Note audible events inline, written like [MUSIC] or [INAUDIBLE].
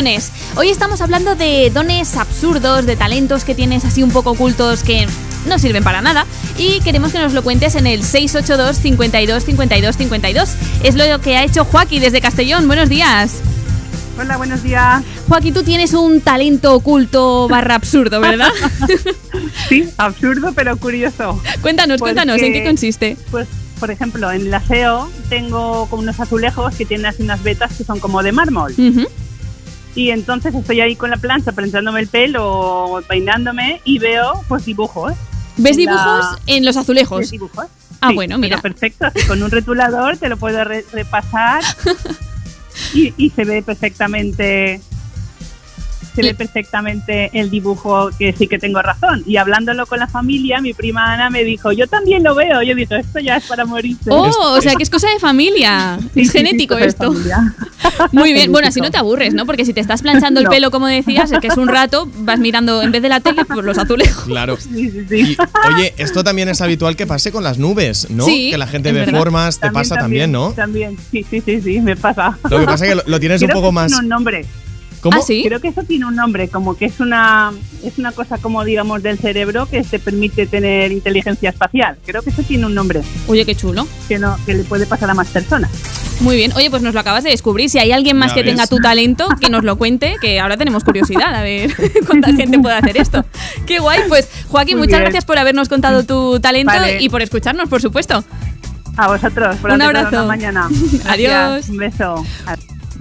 dones. Hoy estamos hablando de dones absurdos, de talentos que tienes así un poco ocultos que no sirven para nada y queremos que nos lo cuentes en el 682 52 52 52. Es lo que ha hecho Joaquín desde Castellón. Buenos días. Hola, buenos días. Joaquín, tú tienes un talento [LAUGHS] oculto barra absurdo, ¿verdad? Sí, absurdo pero curioso. cuéntanos, Pues cuéntanos, ¿en que- qué consiste? Pues, por ejemplo, en la SEO tengo como unos azulejos que tienen así unas vetas que son como de mármol. Ujú. Y entonces estoy ahí con la plancha planchándome el pelo, peinándome y veo pues dibujos. ¿Ves La- dibujos en los azulejos? ¿Ves dibujos? Ah, Sí, bueno, pero mira. perfecto, así con un retulador te lo puedo re- [LAUGHS] repasar y, y se ve perfectamente. Se ve perfectamente el dibujo que sí que tengo razón. Y hablándolo con la familia, mi prima Ana me dijo, yo también lo veo. Yo digo, esto ya es para morirse. Oh, o sea que es cosa de familia. Sí, es sí, sí, genético cosa de esto. familia. [LAUGHS] Muy [LAUGHS] bien, bueno, así Genético. no te aburres, ¿no? Porque si te estás planchando el [LAUGHS] No. pelo, como decías, es que es un rato, vas mirando en vez de la tele por los azulejos. Claro. Sí, sí, sí. Y, oye, esto también es habitual que pase con las nubes, ¿no? Sí, que la gente es ve verdad. formas, te pasa también, ¿no? [LAUGHS] También, sí, sí, sí, sí, me pasa. Lo que pasa es que lo, lo tienes un Creo poco que más. Tiene un nombre. ¿Cómo? ¿Ah, sí? Creo que eso tiene un nombre, como que es una es una cosa como digamos del cerebro que te permite tener inteligencia espacial. Creo que eso tiene un nombre [LAUGHS] Oye, qué chulo. que no que le puede pasar a más personas. Muy bien. Oye, pues nos lo acabas de descubrir. Si hay alguien más Ya que ves. tenga tu talento, que nos lo cuente, que ahora tenemos curiosidad a ver [LAUGHS] cuánta gente puede hacer esto. Qué guay. Pues, Joaquín, Muy muchas bien. gracias por habernos contado tu talento Vale. y por escucharnos, por supuesto. A vosotros por Un haber dado abrazo. una mañana. [LAUGHS] Adiós. Gracias, Un beso.